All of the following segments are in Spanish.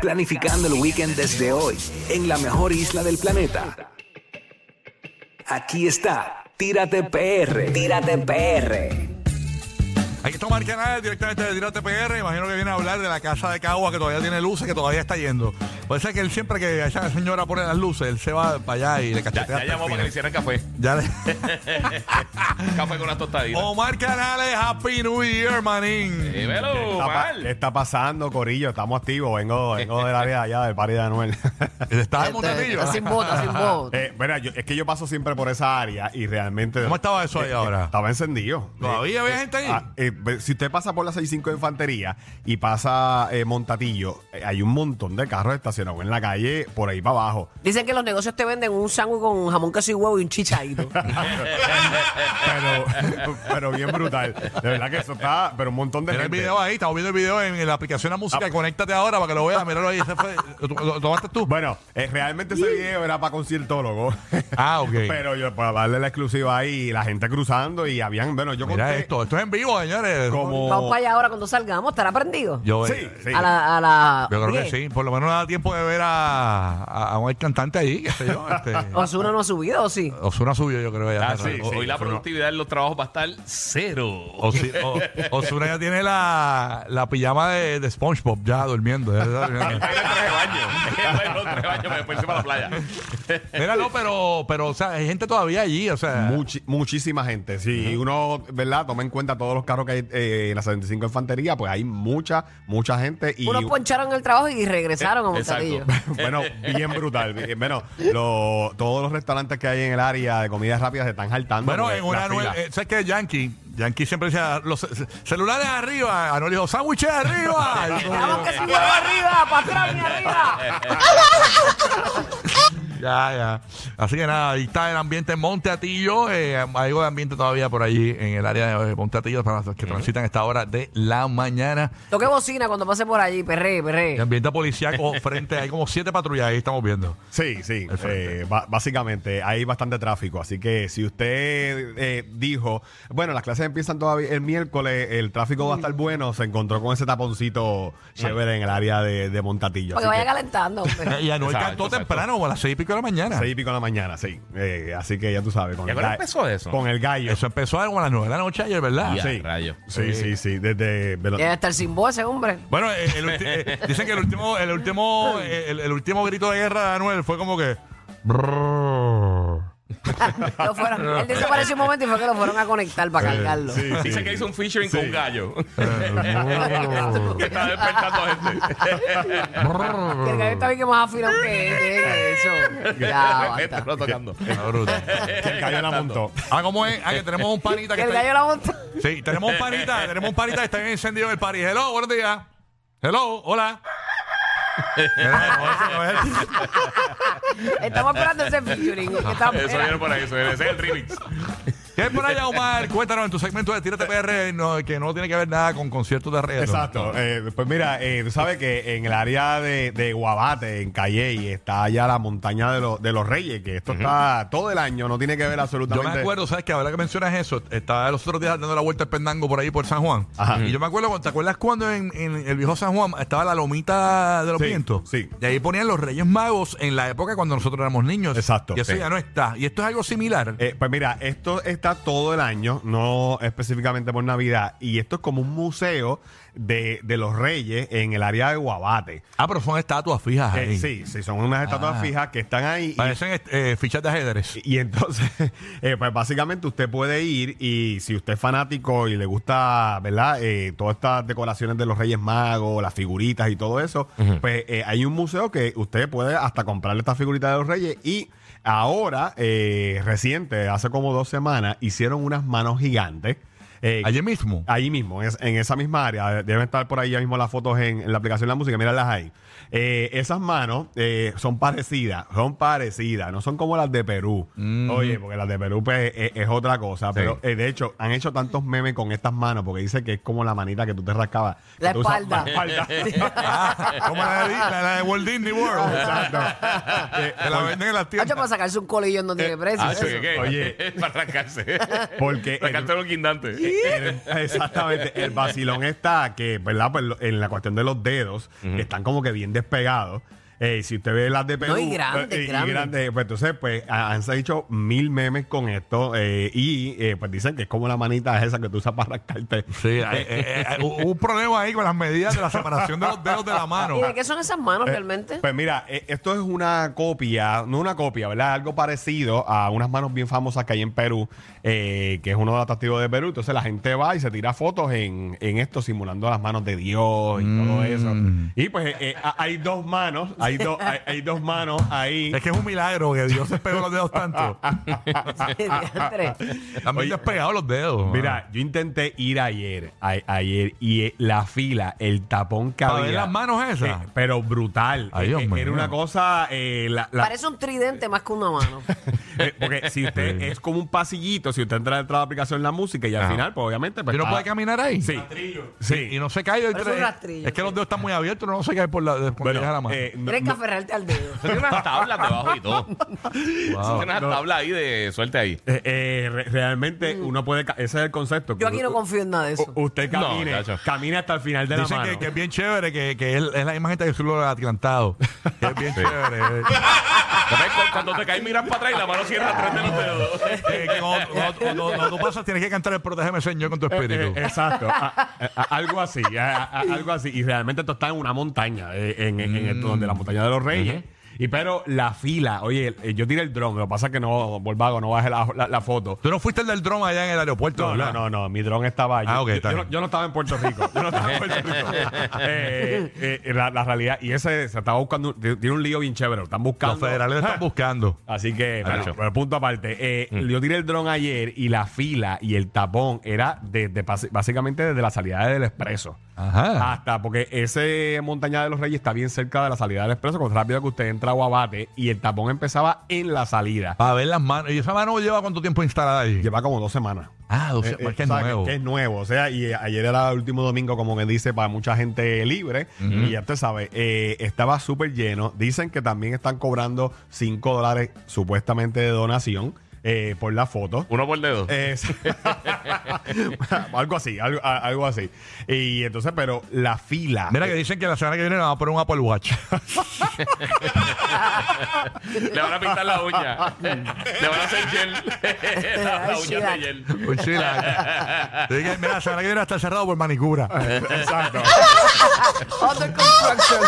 Planificando el weekend desde hoy en la mejor isla del planeta. Aquí está, Tírate PR. Tírate PR. Hay que tomar canal directamente de Tirate PR. Imagino que viene a hablar de la casa de Cagua que todavía tiene luces, que todavía está yendo. Puede ser que él siempre que esa señora pone las luces, él se va para allá y le Ya, cachetea. ya hasta el llamó para que final. le hicieran café. Ya le- Café con unas tostaditas. Oh, Eh, Omar Canales, Happy New Year, manín. Dímelo, Está pa- ¿Qué mal. está pasando, Corillo? Estamos activos. Vengo, vengo del área de allá, del party de Anuel. ¿Estás en Este, Montetillo? está sin bota, sin bota. Eh, mira, yo- es que yo paso siempre por esa área y realmente. ¿Cómo estaba eso ahí Eh, eh, ahora? Estaba encendido. Eh, ¿Todavía había gente ahí? Ah, eh, ve- si usted pasa por la 65 de Infantería y pasa eh, Montatillo, eh, hay un montón de carros estacionados en la calle por ahí para abajo. Dicen que los negocios te venden un sándwich con jamón, queso y huevo y un chichaito. pero, pero bien brutal. De verdad que eso está. Pero un montón de Mira el gente. video ahí, estamos viendo el video en, en la aplicación La Música. Conéctate ahora para que lo veas. Míralo ahí. Ese fue, ¿lo, lo tomaste tú? Bueno, eh, realmente ese video era para conciertólogo. Ah, ok. Pero yo para darle la exclusiva ahí, la gente cruzando y habían, bueno, yo Mira conté esto. Esto es en vivo, señores. como Vamos para allá ahora cuando salgamos, estará prendido. Yo, Sí, eh, sí. A la, a la. yo creo que Oye, sí. Por lo menos da tiempo de ver a, a, a un cantante ahí, qué sé yo. Este, Ozuna no ha subido, ¿o sí? Osuna subió, yo creo. Ya Ah, hace sí, rato. hoy sí, la eso Oh. productividad en los trabajos va a estar cero. Osuna ya tiene la, la pijama de, de SpongeBob ya durmiendo. ya está durmiendo. Está en el traje de baño. Está en el traje de baño para después irse para la playa. Mira, no, pero, pero o sea, hay gente todavía allí. O sea, muchi- muchísima gente. Si uno, ¿verdad? Toma en cuenta todos los carros que hay eh, en la 75 Infantería, pues hay mucha, mucha gente. Y Unos poncharon el trabajo y regresaron a Montadillo. bueno, bien brutal. bien- bueno, lo- todos los restaurantes que hay en el área de comidas rápidas se están jaltando. Bueno, porque en la una Anuel, fila- eh, ¿sabes qué? Yankee. Yankee siempre decía, los ce- celulares arriba. Anuel dijo, sándwiches arriba. Jamón, queso y huevo arriba, para atrás y arriba. ya, ya. Así que nada, ahí está el ambiente en Monte Atillo. eh, hay algo de ambiente todavía por allí en el área de Monte Atillo para los que transitan esta hora de la mañana. Toque bocina cuando pase por allí, perré, El perré. ambiente policíaco frente, hay como siete patrullas ahí, estamos viendo. Sí, sí. Al frente. eh, ba- básicamente hay bastante tráfico, así que si usted eh, dijo, bueno, las clases empiezan todavía el miércoles, el tráfico va a estar bueno, se encontró con ese taponcito chévere en el área de, de Montatillo. Para que así vaya que- calentando. hombre. Eh, Y Anuel Exacto, cantó exacto. temprano, como a las seis y pico de la mañana. Seis y pico de la mañana, sí. Eh, así que ya tú sabes. Con ¿Y el ahora ga- empezó eso? Con el gallo. Eso empezó a las nueve de la noche ayer, ¿verdad? Ya, sí. rayo. Sí, sí, sí. Desde. de lo- Debe estar sin voz ese hombre. Bueno, eh, el ulti- eh, dicen que el último, el último, eh, el, el último grito de guerra de Anuel fue como que. "Brrr". Lo fueron- él desapareció un momento y fue que lo fueron a conectar para cargarlo. Sí, sí. Dice que hizo un featuring Sí. Ah, con un gallo. Brrr. que está despertando a gente. Que el gallo está bien que más afilado que él, que eso. Ya, Está basta. tocando. Está bruto. que el gallo la montó. Ah, ¿cómo es? Ah, que tenemos un panita que Que el está. gallo la montó. Sí, tenemos un panita, tenemos un panita que está bien encendido en el party. Hello, buenos días. Hello, hola. Estamos esperando ese featuring. Ah, que estamos- Eso viene por ahí. Eso viene. Ese es el remix. ¿Qué hay por allá, Omar? Cuéntanos en tu segmento de Tírate PR, no, que no tiene que ver nada con conciertos de reggaetón. Exacto. Eh, pues mira, eh, tú sabes que en el área de, de Guabate, en Calley, está allá la montaña de, los de los Reyes, que esto está todo el año, no tiene que ver Yo absolutamente. me acuerdo, ¿sabes qué? Ahora que mencionas eso, estaba los otros días dando la vuelta al pendango por ahí por San Juan. Ajá. Y yo me acuerdo, ¿te acuerdas cuando en, en el viejo San Juan estaba la lomita de los Sí, vientos? sí. Y ahí ponían los Reyes Magos en la época cuando nosotros éramos niños. Exacto, Y eso sí. ya no está. Y esto es algo similar. Eh, pues mira, esto está todo el año, no específicamente por Navidad, y esto es como un museo de, de los Reyes en el área de Guabate. ah, pero son estatuas fijas Eh, ahí. sí, sí, son unas estatuas Ah. fijas que están ahí. y- Parecen est- eh, fichas de ajedrez. Y entonces, eh, pues básicamente usted puede ir y si usted es fanático y le gusta, ¿verdad? Eh, todas estas decoraciones de los Reyes Magos, las figuritas y todo eso, pues eh, hay un museo que usted puede hasta comprarle estas figuritas de los Reyes y ahora, eh, reciente, hace como dos semanas, hicieron unas manos gigantes. eh, Eh, Allí mismo. Ahí mismo, en, es- en esa misma área. Deben estar por ahí ya mismo las fotos en, en la aplicación de la música. Míralas ahí. Eh, esas manos eh, son parecidas, son parecidas. No son como las de Perú. Oye, porque las de Perú pues, es, es otra cosa. Pero eh, de hecho, han hecho tantos memes con estas manos porque dice que es como la manita que tú te rascabas. que La tú usas- espalda. La espalda. Ah, como la de, la- la de Walt Disney World. Ah, Exacto. Eh, Que la venden en las Hacho, tiendas. para sacarse un colillón no tiene precio. Ah, eso. ¿qué, qué? Oye. Para arrancarse. Porque- Arrancarte los guindantes. El- Eh, exactamente. El vacilón está que, ¿verdad? Pues lo- en la cuestión de los dedos, que están como que bien despegados. Eh, si usted ve las de Perú, No, y grandes, eh, y grandes. pues entonces, pues ha- han se hecho mil memes con esto eh, y eh, pues dicen que es como la manita esa que tú usas para arrancarte. Sí, hay, eh, eh, hubo un problema ahí con las medidas de la separación de los dedos de la mano. ¿Y de qué son esas manos Eh, realmente? Pues mira, eh, esto es una copia, no una copia, ¿verdad? Algo parecido a unas manos bien famosas que hay en Perú, eh, que es uno de los atractivos de Perú. Entonces la gente va y se tira fotos en, en esto simulando las manos de Dios y todo Mm. eso. Y pues eh, eh, ha- hay dos manos, hay, dos hay, hay dos manos ahí. Es que es un milagro que Dios se pegó los dedos tanto. ah, Diantre. También Oye, despegado los dedos. Mira, yo intenté ir ayer, a- ayer, y eh, la fila, el tapón que Para ver había, las manos esas. eh, pero brutal. Ay, Eh, Dios eh, mío. era una cosa... eh, la- la- Parece un tridente más que una mano. Eh, Porque si usted es como un pasillito, si usted entra dentro de la aplicación la música y al Ajá. final, pues obviamente. Pues, ¿Y no está- puede caminar ahí? Sí. Sí. Y no se cae. Parece un rastrillo. es que los dedos están muy abiertos, no se cae por la, por Bueno, la mano. eh, no- Tienes que no- aferrarte al dedo. Tiene unas tablas debajo y todo. Wow. Tiene unas tablas ahí de suerte ahí. eh, eh, re- realmente uno puede. ca- Ese es el concepto. Mm. Yo aquí no confío en nada de eso. U- Usted No, camine, chacho. camine hasta el final de Dicen la mano. que, que es bien chévere, que, que él- es la imagen de Jesús lo atlantado. Que es bien chévere. eh. ¿Sabes? Cu- Cuando te caes, miras para atrás y la mano cierra tres de los dedos. Eh, que cuando, cuando- cuando- cuando tú pasas, tienes que cantar el Protégeme Señor con tu Eh, eh, espíritu. exacto, A- a- a- algo así, a- a- algo así. Y realmente esto está en una montaña, eh, en, en- en esto, Mm. donde la montaña de los Reyes. Y pero la fila, oye, eh, yo tiré el dron, lo que pasa es que no, Volvago, no bajé la- la- la foto. Tú no fuiste el del dron allá en el aeropuerto, No, no, ¿verdad? no, no, mi dron estaba allí. Ah, ok, Yo- está yo, bien. no, yo no estaba en Puerto Rico. Yo no estaba en Puerto Rico. Eh, eh, la, la realidad, y ese se estaba buscando, tiene un lío bien chévere, lo están buscando. Los federales Ah. están Ah, buscando. Así que, pero- Nacho. pero punto aparte. Eh, Mm. Yo tiré el dron ayer y la fila y el tapón era de, de pas- básicamente desde la salida del expreso. Ajá. Hasta, porque ese montaña de los Reyes está bien cerca de la salida del expreso, con rápido que usted entra a Guabate y el tapón empezaba en la salida. Para ver las manos. ¿Y esa mano lleva cuánto tiempo instalada ahí? Lleva como dos semanas. Ah, o sea, Eh, eh, es que es ¿sabes? nuevo. Que es nuevo. O sea, y eh, ayer era el último domingo, como que dice, para mucha gente libre. Y ya te sabes, eh, estaba súper lleno. Dicen que también están cobrando 5 dólares supuestamente de donación eh, por la foto. Uno por dedo. Eh, algo así, algo, a- algo así. Y entonces, pero la fila. Eh, Mira que dicen que la semana que viene le van a poner un Apple Watch. Le van a pintar la uña. Le van a hacer gel. La, la uña de gel. Un chilac. Dicen que, Mira, la semana que viene está cerrado por manicura. Eh. Exacto. oh. Under construction.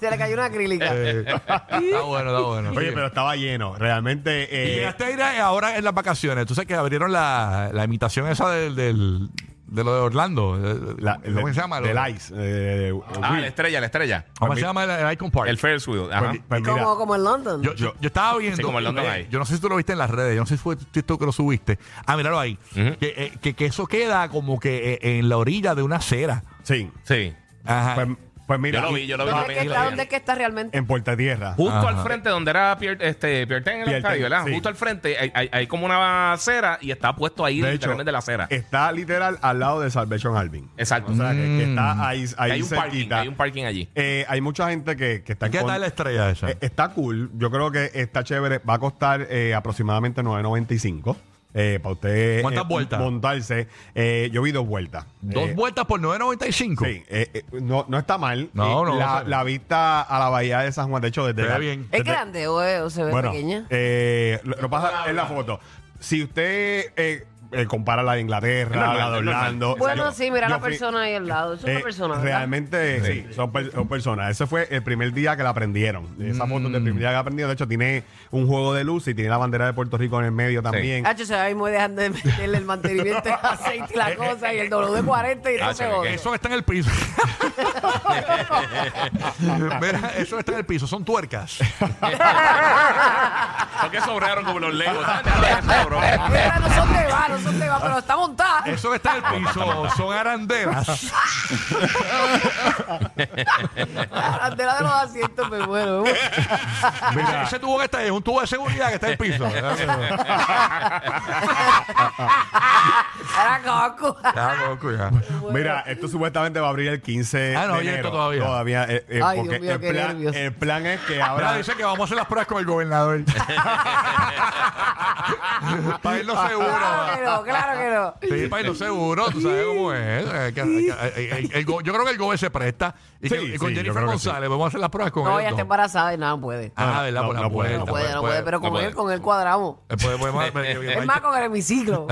Se le cayó una acrílica. Eh, está bueno, está bueno. Oye, Sí. pero estaba lleno. Realmente. Y este? eh, llegaste a ir a- ahora en las vacaciones. Tú sabes que abrieron la, la imitación esa del, del- de lo de Orlando. Eh, la- ¿Cómo se llama? este, Del Lo- ice. eh, Ah, Will. la estrella, la estrella. ¿Cómo se llama el, el Icon Park? El Ferris wheel. Ajá. Pues- pues mira. como, como en London. yo, yo, yo estaba viendo. Sí, como el London eh, Eye. Yo no sé si tú lo viste en las redes. Yo no sé si fue tú- tú que lo subiste. Ah, míralo ahí. que, eh, que, que eso queda como que eh, en la orilla de una acera. Sí. Sí. Ajá. Pues, pues mira. Yo lo vi, yo lo vi. ¿Dónde, yo es que lo está, vi. ¿Dónde es que está realmente? En Puerta Tierra. Justo al frente donde era Pierre, este, Pierten en el Pierre estadio, Ten, ¿verdad? sí. Justo al frente hay, hay- hay como una acera y está puesto ahí De hecho, literalmente la acera. está literal al lado de Salvation Albin. Exacto. O sea, que, que está ahí, ahí hay un parking, cerquita. hay un parking allí. Eh, hay mucha gente que, que está en ¿Qué con- tal la estrella esa? Eh, Está cool. Yo creo que está chévere. Va a costar eh, aproximadamente 9.95. Eh, para usted ¿Cuántas eh, vueltas? montarse. Eh, yo vi dos vueltas. Dos Eh, vueltas por 9.95. Sí, eh, eh, no, no está mal. No, Eh, no, la, no sé. la vista a la bahía de San Juan, de hecho, desde. Se ve la- bien. ¿Es desde- grande o, es- o se ve bueno, pequeña? eh, lo, lo pasa en la foto. Si usted eh, eh, compara la de Inglaterra, Es normal, es la de normal. Orlando. bueno, yo- sí, mira eh, yo la fui- persona ahí al lado. Es una eh, persona. ¿verdad? Realmente, sí, son, per- son personas. Ese fue el primer día que la aprendieron. Esa foto del primer día que la aprendieron. De hecho, tiene un juego de luz y tiene la bandera de Puerto Rico en el medio también. Hacho, se va a ir muy dejando de meterle el mantenimiento de aceite y la cosa y el dolor de 40 y no Hacho, se que- jode. Eso que está en el piso. Mira, eso está en el piso, son tuercas. Son que sobraron como los legos. Déjame eso, bro. Mira, no son de va, no son de va, pero está montada. Eso que está en el piso son arandelas. La tela de los asientos me muero. Mira, ese tubo que está ahí es un tubo de seguridad que está en el piso. Era coco. Ya, loco, ya. Mira, esto supuestamente va a abrir el 15 Ah, no, de oye, esto enero. todavía. eh, eh, Ay, porque Dios mío, el, qué plan, nervios. el plan es que Mira, ahora... dice que vamos a hacer las pruebas con el gobernador. para irnos Claro que seguro. no, claro que no. Sí, para irnos seguro, tú sabes cómo es. Eh, que- que- el- el go- yo creo que el GOE se presta. Y, que- Sí, y con sí, yo Jennifer creo que sí. González vamos a hacer las pruebas con No, ellos ella está dos. embarazada y nada, no puede. Ah, ¿verdad? No, por la no puede, puerta, pues, no No puede, no puede, pero no con él, puede. con él cuadramos. Eh, puede- puede- puede- puede- puede- Es más, con el hemiciclo.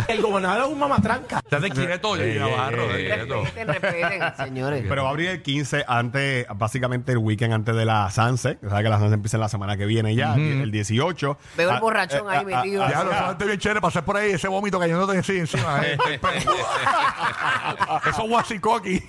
Estás de quieto, Jenny Eh, Navarro. eh, de eh, quieto. Respeten, respeten, señores. Pero va a abrir el 15 antes, básicamente el weekend antes de la Sanse. O sea que la Sanse empieza la semana que viene ya, el 18. Veo el Ah, borrachón eh, ahí ah, metido. ah, Ya, lo ah, sabes bien chévere pasar por ahí ese vómito cayéndote así encima. eh. Esos guasicoqui.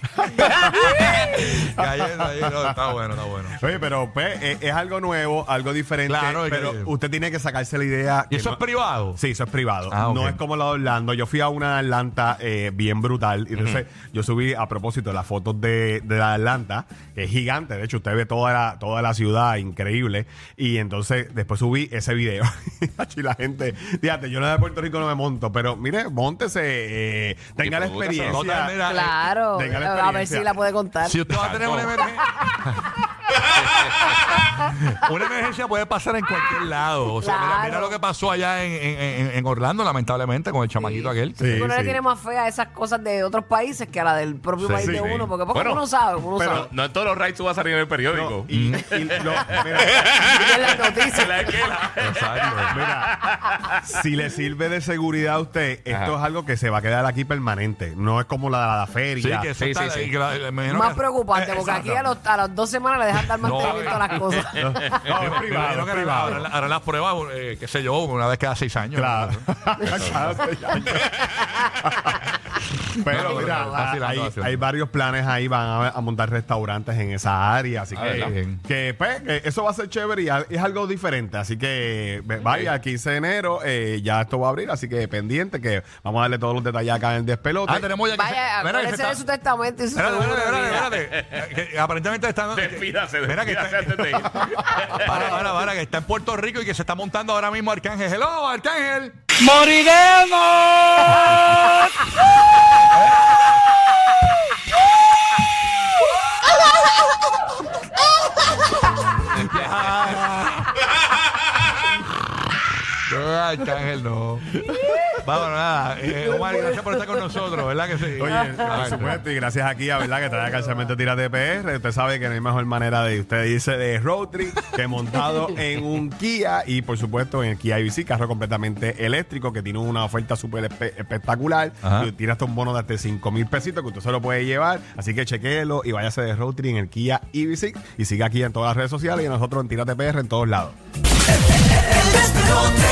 Cayendo ahí, no, está bueno, está bueno. Oye, pero pues, es, es algo nuevo, algo diferente. Claro, es pero que- usted tiene que sacarse la idea. ¿Y que eso no- es privado? Sí, eso es privado. Ah, ok. No es como la de Orlando. Yo fui a una de Atlanta eh, bien brutal. Y entonces yo subí a propósito las fotos de, de la de Atlanta, que es gigante. De hecho, usted ve toda la, toda la ciudad, increíble. Y entonces después subí ese video. y la gente, fíjate, yo no de Puerto Rico no me monto, pero mire, montese, eh, tenga la prodúcase, experiencia. No, tal- mira, eh, Claro. Tenga la A ver experiencia. si la puede contar. Si usted va a tener una emergencia. una emergencia puede pasar en cualquier lado. O sea, mira, Claro. mira lo que pasó allá en, en- en- en Orlando, lamentablemente, con el chamaquito aquel. Sí, uno le sí. tiene más fe a esas cosas de otros países que a la del propio Sí, país de sí. uno, porque poco Bueno, uno sabe, uno pero- sabe. No en todos los raids tú vas a salir en el periódico. No, y- y lo- mira, En las noticias. En la esquela. Exacto. Mira, si le sirve de seguridad a usted, esto Ajá. es algo que se va a quedar aquí permanente. No es como la de la Sí, feria. que eso Sí, está- sí, sí. y que la- me imagino Más que- preocupante, porque Exacto. aquí a, los- a las dos semanas le dejan dar mantenimiento a las cosas. No, es Me imagino privado, que es Harán, privado. harán las pruebas, eh, qué sé yo, una vez cada seis años. Claro. No, Pero no, mira, no, vacilando, hay, vacilando. hay varios planes ahí, van a, a montar restaurantes en esa área, así Ah, que, bien. que, pues, que eso va a ser chévere y al- es algo diferente, así que ve- vaya, el 15 de enero eh, ya esto va a abrir, así que pendiente que vamos a darle todos los detalles acá en el despelote. Ah, tenemos ya que... Vaya, Mira, que se acuérdese está- de su testamento y su Espérate, seguro de espérate, vida. espérate, espérate. Que Aparentemente están... Despídase, Mira que despídase está... antes de ir. Para, para, para, que está en Puerto Rico y que se está montando ahora mismo Arcángel. ¡Hello, Arcángel! No, Arcángel, no. Vamos, nada. Eh, Omar, gracias por estar con nosotros, ¿verdad que sí? Oye, por supuesto, y gracias aquí a verdad que trae calzamiento Tírate PR. Usted sabe que no hay mejor manera de usted dice de road trip que montado en un Kia y por supuesto en el Kia IBC, carro completamente eléctrico que tiene una oferta súper espe- espectacular. Ajá. Y tiene hasta un bono de hasta 5 mil pesitos que usted se lo puede llevar. Así que chequéelo y váyase de road trip en el Kia IBC y siga aquí en todas las redes sociales y a nosotros en Tírate PR en todos lados. El despelote.